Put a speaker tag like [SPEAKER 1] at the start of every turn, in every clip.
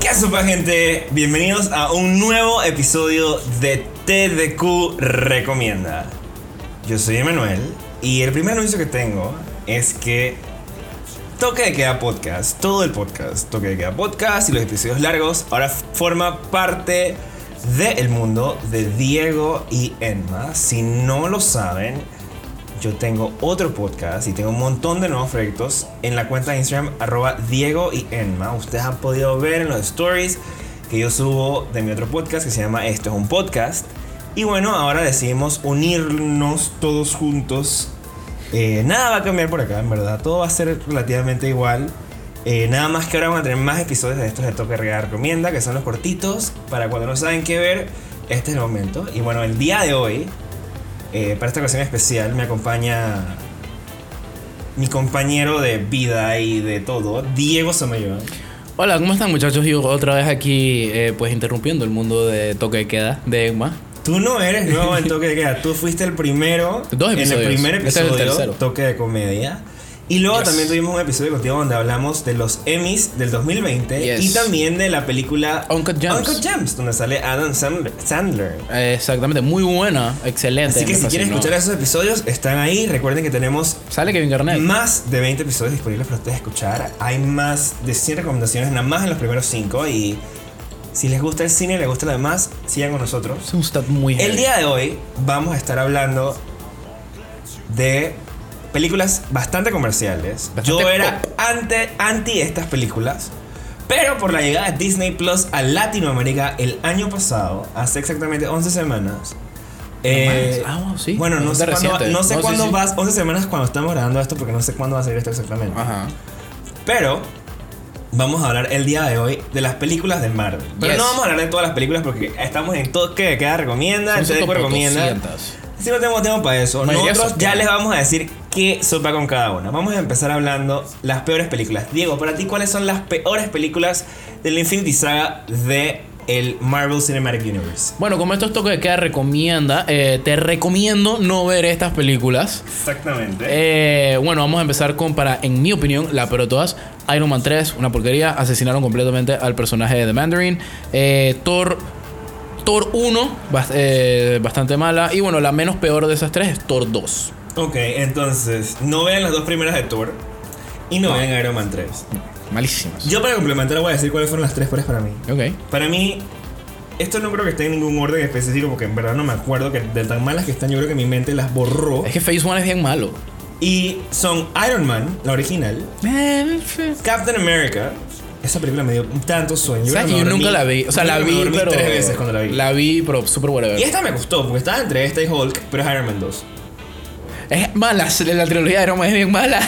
[SPEAKER 1] ¿Qué sopa gente? Bienvenidos a un nuevo episodio de TDQ Recomienda. Yo soy Emanuel y el primer anuncio que tengo es que Toque de Queda Podcast, todo el podcast, Toque de Queda Podcast y los episodios largos, ahora forma parte del mundo de Diego y Enma. Si no lo saben, yo tengo otro podcast y tengo un montón de nuevos proyectos en la cuenta de Instagram arroba Diego y Enma. Ustedes han podido ver en los stories que yo subo de mi otro podcast que se llama Esto es un podcast. Y bueno, ahora decidimos unirnos todos juntos. Eh, nada va a cambiar por acá, en verdad. Todo va a ser relativamente igual. Eh, nada más que ahora van a tener más episodios de estos de Toque Real Recomienda, que son los cortitos. Para cuando no saben qué ver, este es el momento. Y bueno, el día de hoy eh, para esta ocasión especial me acompaña mi compañero de vida y de todo, Diego Somayón.
[SPEAKER 2] Hola, ¿cómo están muchachos? Yo otra vez aquí, eh, pues interrumpiendo el mundo de toque de queda de EMA.
[SPEAKER 1] Tú no eres nuevo en Toque de Queda, tú fuiste el primero
[SPEAKER 2] Dos
[SPEAKER 1] en el
[SPEAKER 2] episodios.
[SPEAKER 1] primer
[SPEAKER 2] Este es el
[SPEAKER 1] episodio
[SPEAKER 2] tercero.
[SPEAKER 1] Toque de Comedia. Y luego
[SPEAKER 2] Yes.
[SPEAKER 1] también tuvimos un episodio contigo donde hablamos de los Emmys del 2020
[SPEAKER 2] Yes.
[SPEAKER 1] y también de la película
[SPEAKER 2] Uncut Gems.
[SPEAKER 1] Uncut Gems, donde sale Adam Sandler. Sandler.
[SPEAKER 2] Eh, exactamente, muy buena, excelente.
[SPEAKER 1] Así que
[SPEAKER 2] Este me
[SPEAKER 1] si quieren
[SPEAKER 2] fascinó.
[SPEAKER 1] escuchar esos episodios, están ahí. Recuerden que tenemos
[SPEAKER 2] Sale Kevin Garnett.
[SPEAKER 1] Más de 20 episodios disponibles para ustedes escuchar. Hay más de 100 recomendaciones, nada más en los primeros 5. Y si les gusta el cine y les gusta lo demás, sigan con nosotros.
[SPEAKER 2] es un stat muy
[SPEAKER 1] El
[SPEAKER 2] heavy.
[SPEAKER 1] día de hoy vamos a estar hablando de películas bastante comerciales.
[SPEAKER 2] Bastante
[SPEAKER 1] Yo era ante- anti estas películas. Pero por la llegada de Disney Plus a Latinoamérica el año pasado, hace exactamente 11 semanas. eh,
[SPEAKER 2] Ah, wow, sí.
[SPEAKER 1] Bueno, no sé
[SPEAKER 2] Bastante
[SPEAKER 1] cuándo, va-
[SPEAKER 2] reciente.
[SPEAKER 1] no sé
[SPEAKER 2] No, sí,
[SPEAKER 1] cuándo
[SPEAKER 2] sí.
[SPEAKER 1] vas, 11 semanas cuando estamos grabando esto, porque no sé cuándo va a salir esto exactamente.
[SPEAKER 2] Ajá.
[SPEAKER 1] Ah, Pero vamos a hablar el día de hoy de las películas de Marvel. Pero
[SPEAKER 2] Yes.
[SPEAKER 1] no vamos a hablar de todas las películas porque estamos en toque de queda recomienda, en
[SPEAKER 2] Son
[SPEAKER 1] TDQ
[SPEAKER 2] como
[SPEAKER 1] recomienda.
[SPEAKER 2] 200.
[SPEAKER 1] Si no tenemos tiempo para eso,
[SPEAKER 2] Mayoría
[SPEAKER 1] nosotros
[SPEAKER 2] son
[SPEAKER 1] ya
[SPEAKER 2] peores.
[SPEAKER 1] les vamos a decir qué sopa con cada una. Vamos a empezar hablando las peores películas. Diego, para ti, ¿cuáles son las peores películas de la Infinity Saga de el Marvel Cinematic Universe?
[SPEAKER 2] Bueno, como esto es toque de queda recomienda, eh, te recomiendo no ver estas películas.
[SPEAKER 1] Exactamente.
[SPEAKER 2] Eh, bueno, vamos a empezar con, para, en mi opinión, la pero todas. Iron Man 3, una porquería. Asesinaron completamente al personaje de The Mandarin. Eh, Thor. Thor 1, bas- eh, bastante mala. Y bueno, la menos peor de esas tres es Thor 2.
[SPEAKER 1] Ok, entonces, no vean las dos primeras de Thor y no, vean Iron Man 3.
[SPEAKER 2] Malísimas.
[SPEAKER 1] Yo para complementar voy a decir cuáles fueron las tres peores para mí.
[SPEAKER 2] Ok.
[SPEAKER 1] Para mí, esto no creo que esté en ningún orden específico porque en verdad no me acuerdo que de tan malas que están, yo creo que mi mente las borró.
[SPEAKER 2] Es que Phase 1 es bien malo.
[SPEAKER 1] Y son Iron Man, la original, Captain America. Esa película me dio tanto sueño. creo
[SPEAKER 2] ¿Sabes
[SPEAKER 1] que
[SPEAKER 2] que yo
[SPEAKER 1] me
[SPEAKER 2] nunca
[SPEAKER 1] dormí-
[SPEAKER 2] la vi? O sea,
[SPEAKER 1] yo
[SPEAKER 2] la
[SPEAKER 1] creo que me
[SPEAKER 2] vi,
[SPEAKER 1] dormí
[SPEAKER 2] pero.
[SPEAKER 1] tres veces cuando la vi.
[SPEAKER 2] La vi, pero super whatever.
[SPEAKER 1] Y esta me gustó porque estaba entre esta y Hulk, pero es Iron Man 2.
[SPEAKER 2] Es mala, la trilogía de Iron Man es bien mala.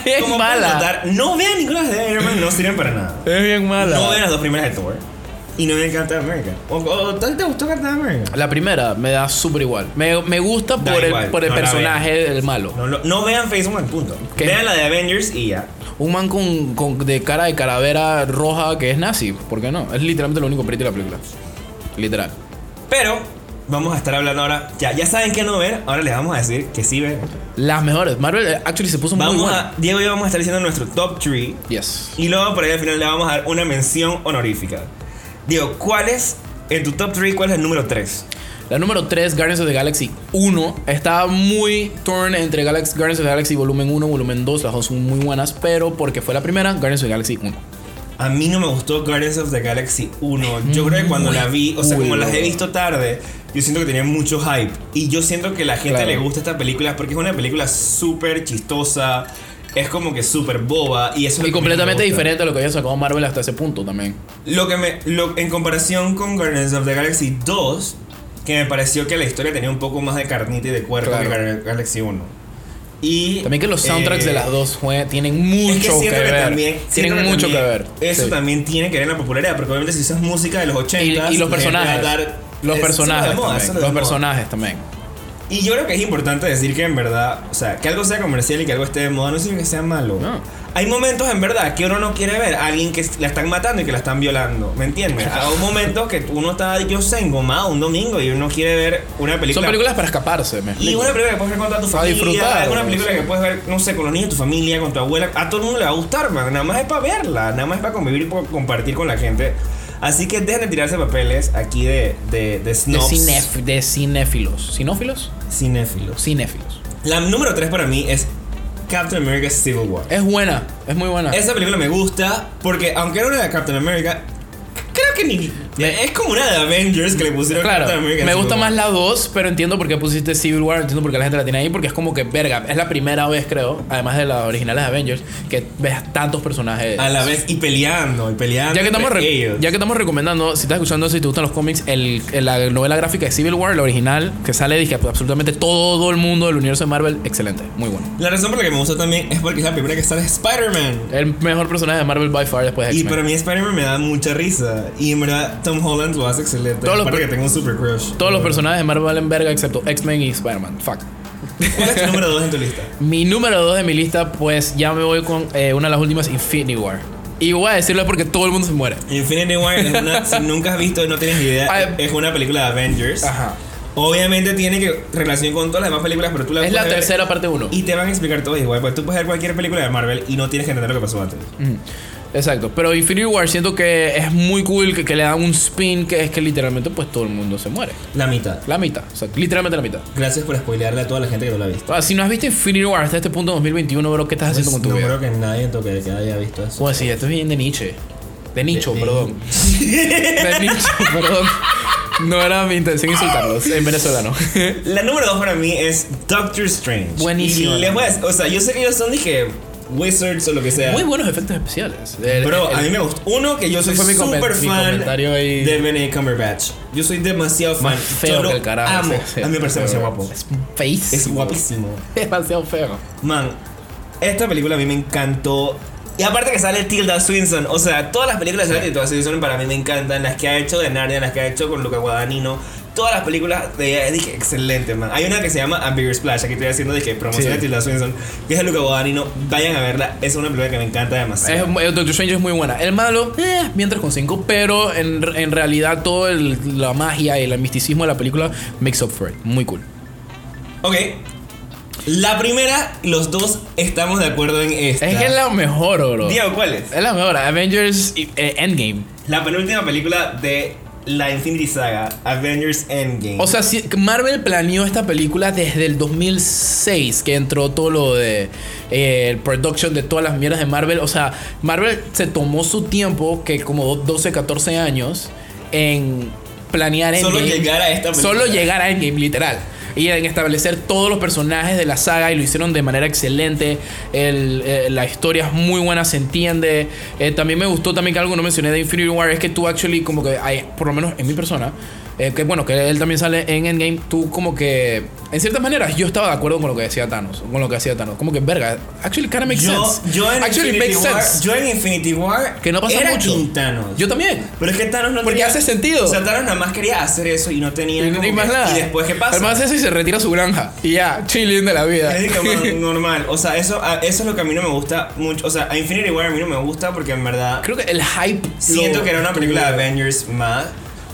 [SPEAKER 2] es
[SPEAKER 1] Como pueden
[SPEAKER 2] mala.
[SPEAKER 1] notar, no vean ninguna de Iron Man, no sirven para nada.
[SPEAKER 2] Es bien mala.
[SPEAKER 1] No vean las dos primeras de Thor. Y no vean Captain America. O, o ¿tal te gustó Captain America?
[SPEAKER 2] La primera me da súper igual. Me, me gusta
[SPEAKER 1] Da
[SPEAKER 2] por
[SPEAKER 1] igual,
[SPEAKER 2] el, por el
[SPEAKER 1] no la
[SPEAKER 2] personaje del malo.
[SPEAKER 1] No, lo- no vean Phase One, punto.
[SPEAKER 2] ¿Qué?
[SPEAKER 1] Vean la de Avengers y ya.
[SPEAKER 2] Un man con, con- de cara de calavera roja que es nazi. ¿Por qué no? Es literalmente lo único perito de la película. Literal.
[SPEAKER 1] Pero vamos a estar hablando ahora. Ya, ya saben que no ver, ahora les vamos a decir que sí ven.
[SPEAKER 2] Las mejores. Marvel eh, actually se puso muy
[SPEAKER 1] Vamos
[SPEAKER 2] buena.
[SPEAKER 1] a, Diego y yo vamos a estar diciendo nuestro top 3
[SPEAKER 2] Yes.
[SPEAKER 1] y luego por ahí al final le vamos a dar una mención honorífica. Diego, ¿cuál es en tu top 3 cuál es el número 3?
[SPEAKER 2] La número 3, Guardians of the Galaxy 1. Estaba muy torn entre Galax- Guardians of the Galaxy volumen 1 volumen 2. Las dos son muy buenas, pero porque fue la primera, Guardians of the Galaxy 1.
[SPEAKER 1] A mí no me gustó Guardians of the Galaxy 1. Yo creo que cuando
[SPEAKER 2] Muy
[SPEAKER 1] la vi, o sea,
[SPEAKER 2] cool,
[SPEAKER 1] como las he
[SPEAKER 2] bro.
[SPEAKER 1] visto tarde, yo siento que tenía mucho hype. Y yo siento que la gente
[SPEAKER 2] Claro.
[SPEAKER 1] le gusta esta película porque es una película súper chistosa, es como que súper boba y eso es lo que a mí no
[SPEAKER 2] Y
[SPEAKER 1] me
[SPEAKER 2] completamente
[SPEAKER 1] gusta.
[SPEAKER 2] diferente a lo que había sacado Marvel hasta ese punto también.
[SPEAKER 1] Lo que me. lo- en comparación con Guardians of the Galaxy 2, que me pareció que la historia tenía un poco más de carnita y de cuerpo
[SPEAKER 2] Claro.
[SPEAKER 1] que Guardians of the Galaxy 1. Y.
[SPEAKER 2] También que los soundtracks
[SPEAKER 1] eh,
[SPEAKER 2] de las dos jue- tienen
[SPEAKER 1] es que
[SPEAKER 2] mucho que,
[SPEAKER 1] siento que
[SPEAKER 2] ver.
[SPEAKER 1] también. siento
[SPEAKER 2] tienen
[SPEAKER 1] que
[SPEAKER 2] mucho
[SPEAKER 1] también
[SPEAKER 2] que ver.
[SPEAKER 1] Eso
[SPEAKER 2] Sí.
[SPEAKER 1] también tiene que ver en la popularidad, porque obviamente si usas música de los eh, 80
[SPEAKER 2] Y, y los personajes. los personajes. también, los personajes también.
[SPEAKER 1] Y yo creo que es importante decir que en verdad, o sea, que algo sea comercial y que algo esté de moda no significa que sea malo.
[SPEAKER 2] No.
[SPEAKER 1] Hay momentos en verdad que uno no quiere ver a alguien que la están matando y que la están violando, ¿me entiendes? Hay momentos que uno está, yo sé, engomado un domingo y uno quiere ver una película.
[SPEAKER 2] Son películas para escaparse, me
[SPEAKER 1] Y
[SPEAKER 2] explico.
[SPEAKER 1] una película que puedes ver con toda tu
[SPEAKER 2] A
[SPEAKER 1] familia.
[SPEAKER 2] disfrutar,
[SPEAKER 1] Una
[SPEAKER 2] ¿no?
[SPEAKER 1] película
[SPEAKER 2] Sí.
[SPEAKER 1] que puedes ver, no sé, con los niños de tu familia, con tu abuela. A todo el mundo le va a gustar, man. Nada más es para verla. Nada más es para convivir y pa- compartir con la gente. Así que dejen de tirarse papeles aquí de, de, de
[SPEAKER 2] De,
[SPEAKER 1] snobs.
[SPEAKER 2] cinef- de cinéfilos. ¿Cinófilos?
[SPEAKER 1] Cinéfilos.
[SPEAKER 2] Cinéfilos.
[SPEAKER 1] La número 3 para mí es Captain America Civil War.
[SPEAKER 2] Es buena, es muy buena.
[SPEAKER 1] Esa película me gusta porque, aunque era una de Captain America, creo que ni. Es como una de Avengers que le pusieron
[SPEAKER 2] Claro,
[SPEAKER 1] Captain America.
[SPEAKER 2] me
[SPEAKER 1] Civil
[SPEAKER 2] gusta
[SPEAKER 1] War.
[SPEAKER 2] más la 2, pero entiendo por qué pusiste Civil War, entiendo por qué la gente la tiene ahí, porque es como que, verga, es la primera vez, creo, además de las originales de Avengers, que ves tantos personajes.
[SPEAKER 1] A la vez y peleando, y peleando.
[SPEAKER 2] Ya que, estamos
[SPEAKER 1] entre
[SPEAKER 2] re-
[SPEAKER 1] ellos.
[SPEAKER 2] ya que estamos recomendando, si estás escuchando eso y te gustan los cómics, el, el- la novela gráfica de Civil War, la original, que sale, dije, pues, absolutamente todo el mundo del universo de Marvel, excelente, muy bueno.
[SPEAKER 1] La razón por la que me gusta también es porque es la primera que sale Spider-Man.
[SPEAKER 2] El mejor personaje de Marvel by far después de
[SPEAKER 1] Y
[SPEAKER 2] X-Men.
[SPEAKER 1] para mí Spider-Man me da mucha risa. Y en verdad Tom Holland lo hace excelente.
[SPEAKER 2] Todos los
[SPEAKER 1] Aparte
[SPEAKER 2] per-
[SPEAKER 1] que tengo un super crush.
[SPEAKER 2] Todos los personajes de Marvel valen verga excepto X-Men y Spider-Man. Fuck.
[SPEAKER 1] ¿Cuál es tu número 2 en tu lista?
[SPEAKER 2] Mi número 2 de mi lista, pues ya me voy con eh, una de las últimas, Infinity War. Y voy a decirlo porque todo el mundo se muere.
[SPEAKER 1] Infinity War es una, si nunca has visto y no tienes idea,
[SPEAKER 2] Ay.
[SPEAKER 1] es una película de Avengers. Obviamente tiene que relación con todas las demás películas, pero tú la
[SPEAKER 2] Es
[SPEAKER 1] puedes
[SPEAKER 2] la
[SPEAKER 1] ver
[SPEAKER 2] tercera parte 1.
[SPEAKER 1] Y te van a explicar todo igual, pues tú puedes ver cualquier película de Marvel y no tienes que entender lo que pasó antes.
[SPEAKER 2] Exacto. Pero Infinity War siento que es muy cool, que, que le dan un spin que es que literalmente pues todo el mundo se muere.
[SPEAKER 1] La mitad.
[SPEAKER 2] La mitad. O sea, literalmente la mitad.
[SPEAKER 1] Gracias por spoilearle a toda la gente que no la ha visto.
[SPEAKER 2] Ah, si no has visto Infinity War hasta este punto 2021, bro, ¿qué estás haciendo con tu
[SPEAKER 1] no
[SPEAKER 2] vida?
[SPEAKER 1] creo que nadie en toque de queda haya visto eso. Eh,
[SPEAKER 2] Pues sí, esto es bien de Nietzsche. De nicho,
[SPEAKER 1] De- de-
[SPEAKER 2] perdón. De nicho, perdón. No era mi intención insultarlos. En venezolano.
[SPEAKER 1] eh, La número dos para mí es Doctor Strange.
[SPEAKER 2] Buenísimo.
[SPEAKER 1] Y les voy a- o sea, yo sé que ellos son, dije, wizards o lo que sea.
[SPEAKER 2] Muy buenos efectos especiales. El-
[SPEAKER 1] Pero
[SPEAKER 2] el-
[SPEAKER 1] a mí me gusta. Uno, que yo soy
[SPEAKER 2] fue mi comen-
[SPEAKER 1] súper
[SPEAKER 2] mi
[SPEAKER 1] fan
[SPEAKER 2] comentario ahí.
[SPEAKER 1] de Benedict Cumberbatch. Yo soy demasiado fan.
[SPEAKER 2] Más feo
[SPEAKER 1] yo lo
[SPEAKER 2] que el carajo.
[SPEAKER 1] Amo.
[SPEAKER 2] sí, sí.
[SPEAKER 1] a mí me parece demasiado guapo.
[SPEAKER 2] Es feísimo.
[SPEAKER 1] Es guapísimo.
[SPEAKER 2] Demasiado feo.
[SPEAKER 1] Man, esta película a mí me encantó. Y aparte que sale Tilda Swinton, o sea, todas las películas de Tilda Swinton para mí me encantan, las que ha hecho de Narnia, las que ha hecho con Luca Guadagnino, todas las películas de ella, dije, excelente, man. Hay una que se llama A Bigger Splash, aquí estoy haciendo dije, promoción
[SPEAKER 2] Sí.
[SPEAKER 1] de Tilda Swinton, que es de Luca Guadagnino, vayan a verla, es una película que me encanta
[SPEAKER 2] Es-
[SPEAKER 1] demasiado.
[SPEAKER 2] el Doctor Strange es muy buena. El malo, eh, bien 3,5. Pero en, en realidad, toda la magia y el misticismo de la película makes up for it. Muy cool.
[SPEAKER 1] Ok. La primera, los dos estamos de acuerdo en esta.
[SPEAKER 2] Es que es la mejor, bro.
[SPEAKER 1] Diego, ¿cuál es?
[SPEAKER 2] Es la mejor. Avengers y- eh, Endgame.
[SPEAKER 1] La penúltima película de la Infinity Saga, Avengers Endgame.
[SPEAKER 2] O sea, si Marvel planeó esta película desde el 2006, que entró todo lo de eh, el production de todas las mierdas de Marvel. O sea, Marvel se tomó su tiempo, que como 12, 14 años, en planear
[SPEAKER 1] Solo
[SPEAKER 2] Endgame.
[SPEAKER 1] llegar a esta película.
[SPEAKER 2] Solo llegar a Endgame, literal. Y en establecer todos los personajes de la saga y lo hicieron de manera excelente. El, eh, la historia es muy buena, se entiende. Eh, también me gustó también que algo no mencioné de Infinity War es que tú actually como que hay, por lo menos en mi persona, eh, que bueno, que él también sale en Endgame, tú como que en ciertas maneras yo estaba de acuerdo con lo que decía Thanos, con lo que hacía Thanos, como que verga, actually kinda makes
[SPEAKER 1] yo,
[SPEAKER 2] sense.
[SPEAKER 1] yo en
[SPEAKER 2] actually
[SPEAKER 1] Infinity
[SPEAKER 2] makes
[SPEAKER 1] War,
[SPEAKER 2] sense.
[SPEAKER 1] Yo en Infinity War
[SPEAKER 2] que no pasa
[SPEAKER 1] era
[SPEAKER 2] mucho.
[SPEAKER 1] Team Thanos.
[SPEAKER 2] Yo también.
[SPEAKER 1] pero es que Thanos no
[SPEAKER 2] Porque
[SPEAKER 1] tenía-
[SPEAKER 2] hace sentido.
[SPEAKER 1] O sea, Thanos nada más quería hacer eso y no tenía
[SPEAKER 2] Y,
[SPEAKER 1] como
[SPEAKER 2] y
[SPEAKER 1] que-
[SPEAKER 2] más nada.
[SPEAKER 1] y después qué pasa?
[SPEAKER 2] Además eso y se retira a su granja. Y ya, chilling de la vida.
[SPEAKER 1] Es como normal. O sea, eso, a- eso es lo que a mí no me gusta mucho. O sea, a Infinity War a mí no me gusta porque en verdad
[SPEAKER 2] Creo que el hype.
[SPEAKER 1] siento
[SPEAKER 2] lo-
[SPEAKER 1] que era una película de Avengers más.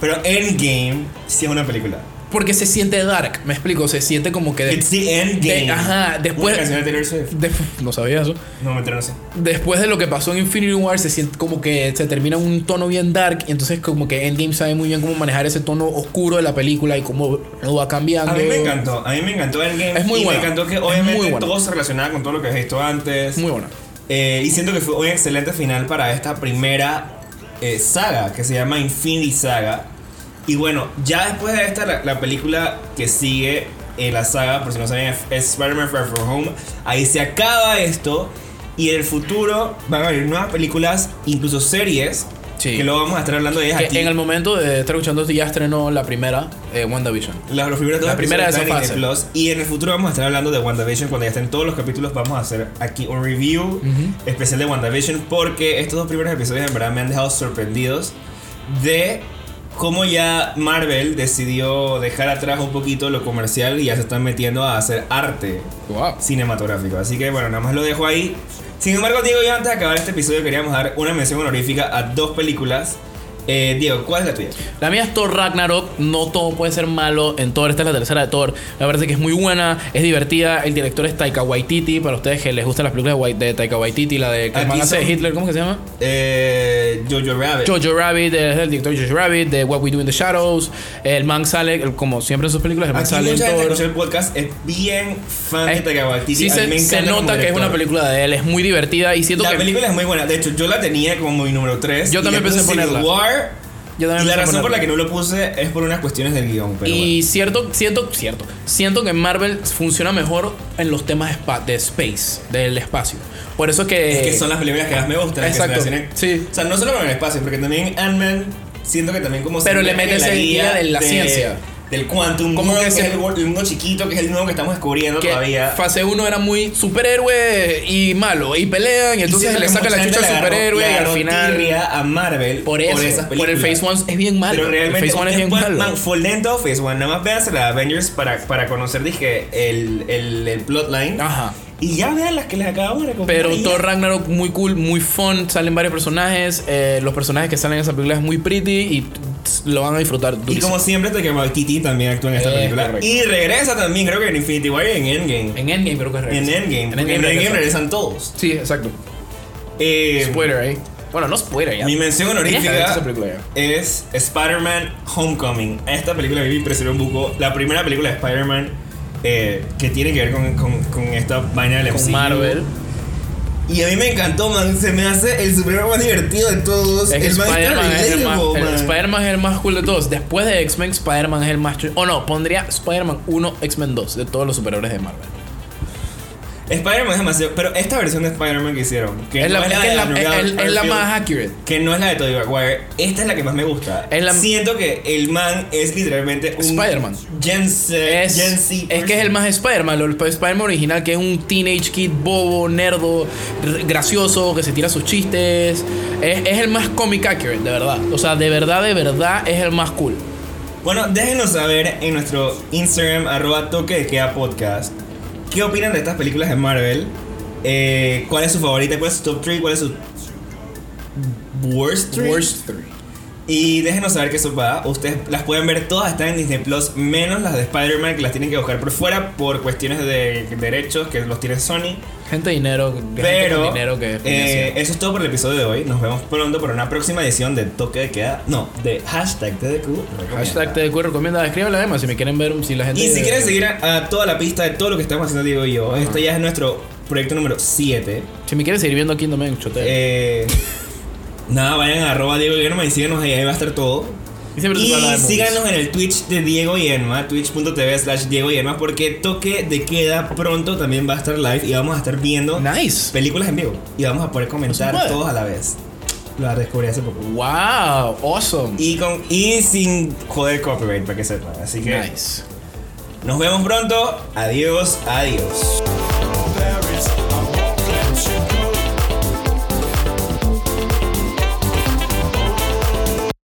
[SPEAKER 1] Pero Endgame sí es una película.
[SPEAKER 2] Porque se siente dark, me explico. Se siente como que. de-
[SPEAKER 1] It's the Endgame.
[SPEAKER 2] de- Eh, ajá, después.
[SPEAKER 1] Una canción de Taylor Swift.
[SPEAKER 2] de- no sabía eso.
[SPEAKER 1] No, mentira, no sé.
[SPEAKER 2] Después de lo que pasó en Infinity War, se siente como que se termina en un tono bien dark. Y entonces, como que Endgame sabe muy bien cómo manejar ese tono oscuro de la película y cómo lo va cambiando.
[SPEAKER 1] A mí me encantó, a mí me encantó Endgame.
[SPEAKER 2] Es muy
[SPEAKER 1] y
[SPEAKER 2] buena.
[SPEAKER 1] me encantó que
[SPEAKER 2] Es muy
[SPEAKER 1] obviamente
[SPEAKER 2] buena.
[SPEAKER 1] todo se relacionaba con todo lo que has visto antes.
[SPEAKER 2] Muy bueno.
[SPEAKER 1] Eh, y siento que fue un excelente final para esta primera eh, saga que se llama Infinity Saga. Y bueno, ya después de esta, la, la película que sigue en la saga, por si no saben, es- es Spider-Man Far From Home. Ahí se acaba esto. Y en el futuro van a haber nuevas películas, incluso series.
[SPEAKER 2] Sí.
[SPEAKER 1] Que luego vamos a estar hablando de ellas
[SPEAKER 2] Que
[SPEAKER 1] aquí.
[SPEAKER 2] en el momento de estar escuchando esto, ya estrenó la primera, eh, WandaVision.
[SPEAKER 1] Las, los primeros dos
[SPEAKER 2] La primera
[SPEAKER 1] episodios
[SPEAKER 2] de esa
[SPEAKER 1] están en Disney Plus. Y en el futuro vamos a estar hablando de WandaVision. Cuando ya estén todos los capítulos, vamos a hacer aquí un review especial de WandaVision. Porque estos dos primeros episodios en verdad me han dejado sorprendidos de cómo ya Marvel decidió dejar atrás un poquito lo comercial y ya se están metiendo a hacer arte
[SPEAKER 2] Wow.
[SPEAKER 1] cinematográfico. Así que bueno, nada más lo dejo ahí. Sin embargo, Diego, yo antes de acabar este episodio queríamos dar una mención honorífica a dos películas. Eh, Diego, ¿cuál es la tuya?
[SPEAKER 2] La mía es Thor Ragnarok. No todo puede ser malo en Thor. Esta es la tercera de Thor. Me parece que es muy buena, es divertida. El director es Taika Waititi. Para ustedes que les gustan las películas de Wai- de Taika Waititi, la de que el
[SPEAKER 1] Aquí
[SPEAKER 2] man hace de
[SPEAKER 1] son-
[SPEAKER 2] Hitler, ¿cómo que se llama?
[SPEAKER 1] Eh, Jojo Rabbit.
[SPEAKER 2] Jojo Rabbit, es el director de Jojo Rabbit, de What We Do in the Shadows. El man sale, el- como siempre en sus películas, el man
[SPEAKER 1] Aquí
[SPEAKER 2] sale en
[SPEAKER 1] mucha gente que
[SPEAKER 2] Thor.
[SPEAKER 1] escucha el podcast es bien fan de
[SPEAKER 2] Es-
[SPEAKER 1] Taika Waititi.
[SPEAKER 2] Eh, sí,
[SPEAKER 1] A mí me
[SPEAKER 2] se, se
[SPEAKER 1] encanta como
[SPEAKER 2] nota que es
[SPEAKER 1] director.
[SPEAKER 2] una película de él, es muy divertida y siento
[SPEAKER 1] La
[SPEAKER 2] que.
[SPEAKER 1] película es muy buena. De hecho, yo la tenía como mi número 3.
[SPEAKER 2] Yo también pensé ponerla.
[SPEAKER 1] War,
[SPEAKER 2] Yo también
[SPEAKER 1] y la
[SPEAKER 2] pensé
[SPEAKER 1] razón por la
[SPEAKER 2] ponerla.
[SPEAKER 1] que no lo puse es por unas cuestiones del guión. Pero
[SPEAKER 2] y cierto, siento, cierto, siento que Marvel funciona mejor en los temas spa- de space, del espacio. Por eso que.
[SPEAKER 1] bueno. es que son las películas que más me gustan. las que
[SPEAKER 2] eh, exacto,
[SPEAKER 1] se relacionan-
[SPEAKER 2] sí.
[SPEAKER 1] O sea, no solo con el espacio, porque también Ant-Man siento que también como se
[SPEAKER 2] Pero le
[SPEAKER 1] mete
[SPEAKER 2] mete
[SPEAKER 1] en
[SPEAKER 2] ese guía de la ciencia.
[SPEAKER 1] Del Quantum
[SPEAKER 2] Como
[SPEAKER 1] World,
[SPEAKER 2] que
[SPEAKER 1] que,
[SPEAKER 2] se-
[SPEAKER 1] es el, wor- el mundo chiquito, que es el nuevo que estamos descubriendo
[SPEAKER 2] que
[SPEAKER 1] todavía.
[SPEAKER 2] fase 1 era muy superhéroe y malo, y pelean, y
[SPEAKER 1] Y
[SPEAKER 2] entonces
[SPEAKER 1] siento
[SPEAKER 2] le
[SPEAKER 1] que
[SPEAKER 2] saca
[SPEAKER 1] mucha
[SPEAKER 2] la
[SPEAKER 1] gente
[SPEAKER 2] chucha al
[SPEAKER 1] le agarró-
[SPEAKER 2] superhéroe
[SPEAKER 1] le
[SPEAKER 2] y al
[SPEAKER 1] agarró
[SPEAKER 2] final.
[SPEAKER 1] tirria a Marvel
[SPEAKER 2] Por eso,
[SPEAKER 1] esas
[SPEAKER 2] por el
[SPEAKER 1] películas.
[SPEAKER 2] Phase 1 es bien malo.
[SPEAKER 1] Pero realmente,
[SPEAKER 2] el Phase 1 es bien
[SPEAKER 1] después,
[SPEAKER 2] malo.
[SPEAKER 1] Man, fue lento Phase 1. Nada más véanse la Avengers para, para conocer, dije, el, el, el plotline.
[SPEAKER 2] Ajá.
[SPEAKER 1] Y ya vean las que les acabamos de recomendar.
[SPEAKER 2] Ah. Pero
[SPEAKER 1] Y ya.
[SPEAKER 2] Thor Ragnarok muy cool, muy fun, salen varios personajes, eh, los personajes que salen en esa película es muy pretty y tss, lo van a disfrutar
[SPEAKER 1] Y
[SPEAKER 2] durísimo.
[SPEAKER 1] como siempre, Taika Waititi también actúa en esta
[SPEAKER 2] Es
[SPEAKER 1] película.
[SPEAKER 2] correcto.
[SPEAKER 1] Y regresa también, creo que en Infinity War y en Endgame.
[SPEAKER 2] En Endgame creo que es
[SPEAKER 1] En Endgame. porque En Endgame, regresan todos.
[SPEAKER 2] Sí, exacto.
[SPEAKER 1] Eh,
[SPEAKER 2] Spoiler ahí. Bueno, no spoiler ya.
[SPEAKER 1] mi mención
[SPEAKER 2] Tenías que haber
[SPEAKER 1] honorífica
[SPEAKER 2] visto esa película ya.
[SPEAKER 1] es Spider-Man Homecoming. Esta película a mí me impresionó un poco. La primera película de Spider-Man eh, que tiene que ver con, con- con esta vaina del
[SPEAKER 2] Con
[SPEAKER 1] MCU.
[SPEAKER 2] Marvel.
[SPEAKER 1] Y a mí me encantó, man. Se me hace el superhéroe más divertido de todos.
[SPEAKER 2] Es que
[SPEAKER 1] el más
[SPEAKER 2] Spider-Man es, el más-
[SPEAKER 1] relatable,
[SPEAKER 2] el
[SPEAKER 1] man.
[SPEAKER 2] Spider-Man es el más cool de todos. Después de X-Men, Spider-Man es el más O no, pondría Spider-Man 1, X-Men 2 de todos los superhéroes de Marvel.
[SPEAKER 1] Spider-Man es demasiado. Pero esta versión de Spider-Man que hicieron, que
[SPEAKER 2] es
[SPEAKER 1] no
[SPEAKER 2] la, es que
[SPEAKER 1] de
[SPEAKER 2] es la-
[SPEAKER 1] Andrew
[SPEAKER 2] es- es- es la
[SPEAKER 1] Garfield,
[SPEAKER 2] más accurate.
[SPEAKER 1] Que no es la de Tobey Maguire. Esta es la que más me gusta.
[SPEAKER 2] Es la-
[SPEAKER 1] Siento que el man es literalmente un.
[SPEAKER 2] Spider-Man.
[SPEAKER 1] Gen Z.
[SPEAKER 2] Es,
[SPEAKER 1] Gen Z
[SPEAKER 2] es que es
[SPEAKER 1] person.
[SPEAKER 2] el más Spider-Man, lo- el Spider-Man original, que es un teenage kid bobo, nerdo, r- gracioso, que se tira sus chistes. Es, es el más comic accurate, de verdad. O sea, de verdad, de verdad, es el más cool.
[SPEAKER 1] Bueno, déjenos saber en nuestro Instagram, arroba toque de queda podcast, qué opinan de estas películas de Marvel. Eh, ¿Cuál es su favorita? ¿Cuál es su top 3? ¿Cuál es su worst 3?
[SPEAKER 2] Worst three.
[SPEAKER 1] Y déjenos saber qué sopa. Ustedes las pueden ver todas, están en Disney Plus, menos las de Spider-Man que las tienen que buscar por fuera por cuestiones de derechos que los tiene Sony.
[SPEAKER 2] Gente de dinero, gente
[SPEAKER 1] Pero
[SPEAKER 2] con dinero que
[SPEAKER 1] eh, eso es todo por el episodio de hoy. Nos vemos pronto por una próxima edición de Toque de Queda. No, de hashtag TDQ. recomienda.
[SPEAKER 2] Hashtag TDQ recomienda, escríbanle además si me quieren ver, si la gente... eh,
[SPEAKER 1] Y si quieren seguir a, a toda la pista de todo lo que estamos haciendo Diego y yo, este ya es nuestro proyecto número 7.
[SPEAKER 2] Si me quieren seguir viendo aquí, no me enchoteen.
[SPEAKER 1] Eh, nada, vayan a arroba Diego y Enma y síganos ahí, ahí va a estar todo.
[SPEAKER 2] Y siempre se habla de
[SPEAKER 1] Y
[SPEAKER 2] movies.
[SPEAKER 1] síganos en el Twitch de Diego y Enma, twitch.tv slash Diego y Enma, porque toque de queda pronto también va a estar live y vamos a estar viendo
[SPEAKER 2] Nice.
[SPEAKER 1] películas en vivo y vamos a poder comentar
[SPEAKER 2] puede.
[SPEAKER 1] todos a la vez. Lo descubrí hace poco.
[SPEAKER 2] Wow, awesome.
[SPEAKER 1] Y, con, y sin joder copyright, para que sepan. Así que
[SPEAKER 2] Nice.
[SPEAKER 1] nos vemos pronto. Adiós, adiós.
[SPEAKER 3] Paris, I won't let you go.